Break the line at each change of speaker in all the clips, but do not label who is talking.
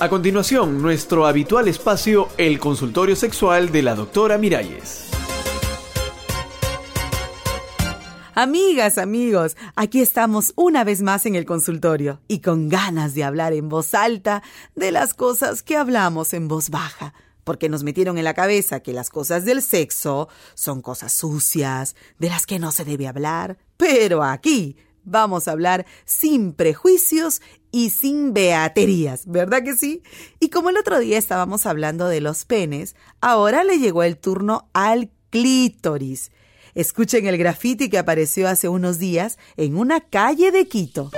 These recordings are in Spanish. A continuación, nuestro habitual espacio, el consultorio sexual de la doctora Miralles.
Amigas, amigos, aquí estamos una vez más en el consultorio y con ganas de hablar en voz alta de las cosas que hablamos en voz baja, porque nos metieron en la cabeza que las cosas del sexo son cosas sucias, de las que no se debe hablar, pero aquí vamos a hablar sin prejuicios y sin beaterías, ¿verdad que sí? Y como el otro día estábamos hablando de los penes, ahora le llegó el turno al clítoris. Escuchen el grafiti que apareció hace unos días en una calle de Quito.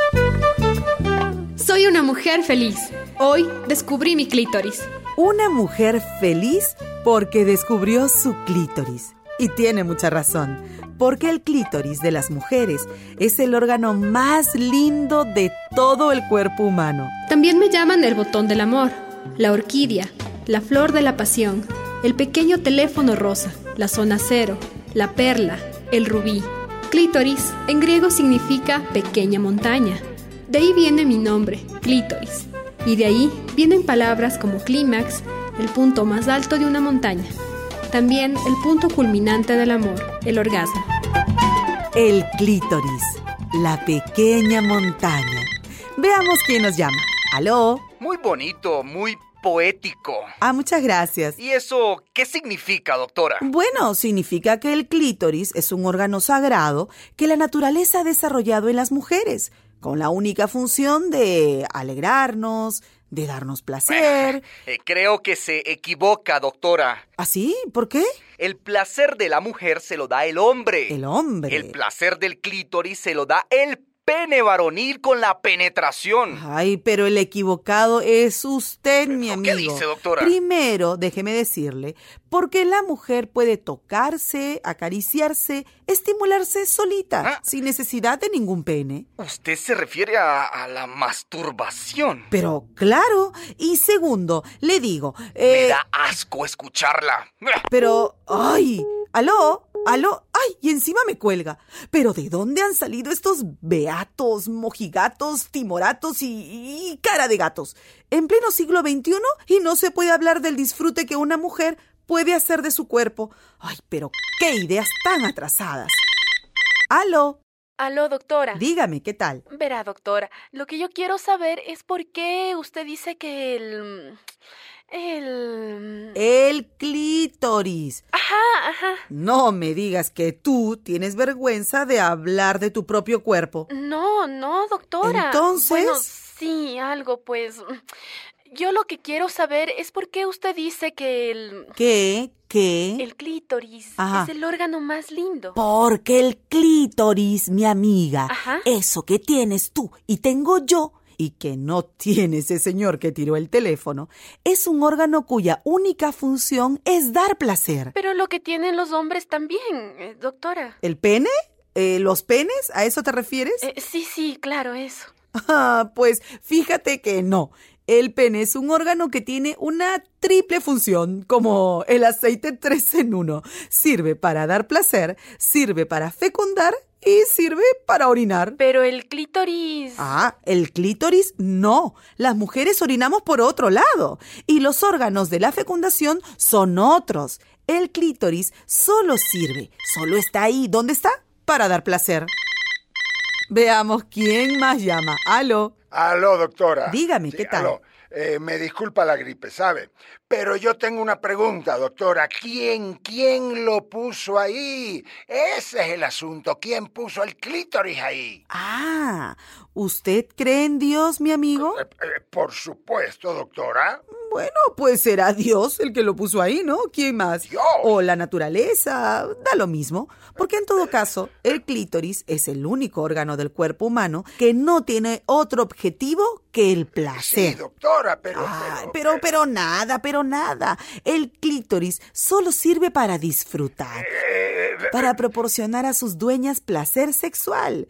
Soy una mujer feliz. Hoy descubrí mi clítoris.
Una mujer feliz porque descubrió su clítoris. Y tiene mucha razón, porque el clítoris de las mujeres es el órgano más lindo de todo el cuerpo humano.
También me llaman el botón del amor, la orquídea, la flor de la pasión, el pequeño teléfono rosa, la zona cero, la perla, el rubí. Clítoris en griego significa pequeña montaña. De ahí viene mi nombre, clítoris. Y de ahí vienen palabras como clímax, el punto más alto de una montaña. También el punto culminante del amor, el orgasmo.
El clítoris, la pequeña montaña. Veamos quién nos llama. ¿Aló?
Muy bonito, muy poético.
Ah, muchas gracias.
¿Y eso qué significa, doctora?
Bueno, significa que el clítoris es un órgano sagrado que la naturaleza ha desarrollado en las mujeres, con la única función de alegrarnos, de darnos placer.
Eh, creo que se equivoca, doctora.
¿Ah, sí? ¿Por qué?
El placer de la mujer se lo da el hombre.
El hombre.
El placer del clítoris se lo da el pene varonil con la penetración.
Ay, pero el equivocado es usted, mi amigo.
¿Qué dice, doctora?
Primero, déjeme decirle, porque la mujer puede tocarse, acariciarse, estimularse solita,
Ah.
sin necesidad de ningún pene.
Usted se refiere a, a la masturbación.
Pero claro, y segundo, le digo,
Me
eh,
da asco escucharla.
pero, ay, aló, aló, ay, y encima me cuelga. Pero ¿de dónde han salido estos beatos, mojigatos, timoratos y, y cara de gatos? En pleno siglo XXI y no se puede hablar del disfrute que una mujer puede hacer de su cuerpo. Ay, pero qué ideas tan atrasadas. Aló,
Aló, doctora.
dígame, ¿qué tal?
Verá, doctora, lo que yo quiero saber es por qué usted dice que el... mm, El... mm,
El clítoris.
Ajá, ajá.
No me digas que tú tienes vergüenza de hablar de tu propio cuerpo.
No, no, doctora. Bueno,
Entonces-
sí, algo, pues... mm, Yo lo que quiero saber es por qué usted dice que el...
¿Qué? ¿Qué?
El clítoris
¿Eh? Ajá.
es el órgano más lindo.
Porque el clítoris, mi amiga,
Ajá.
eso que tienes tú y tengo yo, y que no tiene ese señor que tiró el teléfono, es un órgano cuya única función es dar placer.
Pero lo que tienen los hombres también, eh, doctora.
¿El pene? Eh, ¿Los penes? ¿A eso te refieres?
Eh, sí, sí, claro, eso.
Ah, pues fíjate que no. El pene es un órgano que tiene una triple función, como el aceite 3 en 1. Sirve para dar placer, sirve para fecundar y sirve para orinar.
Pero el clítoris...
Ah, el clítoris no. Las mujeres orinamos por otro lado. Y los órganos de la fecundación son otros. El clítoris solo sirve, solo está ahí. ¿Dónde está? Para dar placer. Veamos quién más llama. Aló.
Aló, doctora.
Dígame, ¿qué tal?
aló. Eh, me disculpa la gripe, ¿sabe? Pero yo tengo una pregunta, doctora. ¿Quién, quién lo puso ahí? Ese es el asunto. ¿Quién puso el clítoris ahí?
Ah, ¿usted cree en Dios, mi amigo?
Eh, eh, por supuesto, doctora.
Bueno, pues será Dios el que lo puso ahí, ¿no? ¿Quién más?
Dios.
O la naturaleza, da lo mismo. Porque en todo caso, el clítoris es el único órgano del cuerpo humano que no tiene otro objetivo que el
Sí,
placer.
doctora, pero...
Ah, pero, pero nada, pero nada. El clítoris solo sirve para disfrutar,
Eh,
para proporcionar a sus dueñas placer sexual.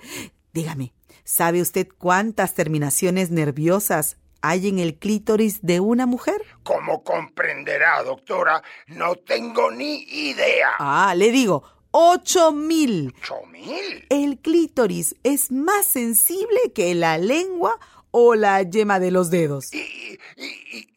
Dígame, ¿sabe usted cuántas terminaciones nerviosas hay en el clítoris de una mujer?
como comprenderá, doctora, no tengo ni idea.
Ah, le digo, 8000.
¿Ocho mil?
El clítoris es más sensible que la lengua o la yema de los dedos.
¿Y, y- y-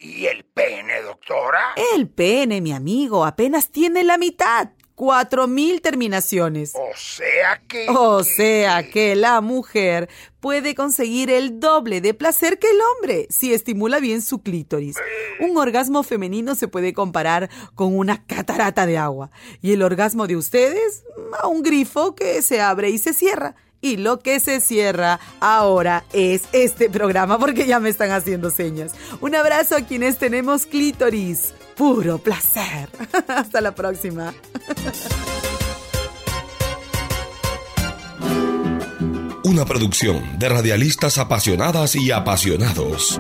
doctora?
El pene, mi amigo, apenas tiene la mitad. Cuatro mil terminaciones.
O sea que...
O sea que la mujer puede conseguir el doble de placer que el hombre si estimula bien su clítoris. Un orgasmo femenino se puede comparar con una catarata de agua y el orgasmo de ustedes a un grifo que se abre y se cierra. Y lo que se cierra ahora es este programa porque ya me están haciendo señas. Un abrazo a quienes tenemos clítoris. Puro placer. Hasta la próxima.
Una producción de radialistas apasionadas y apasionados.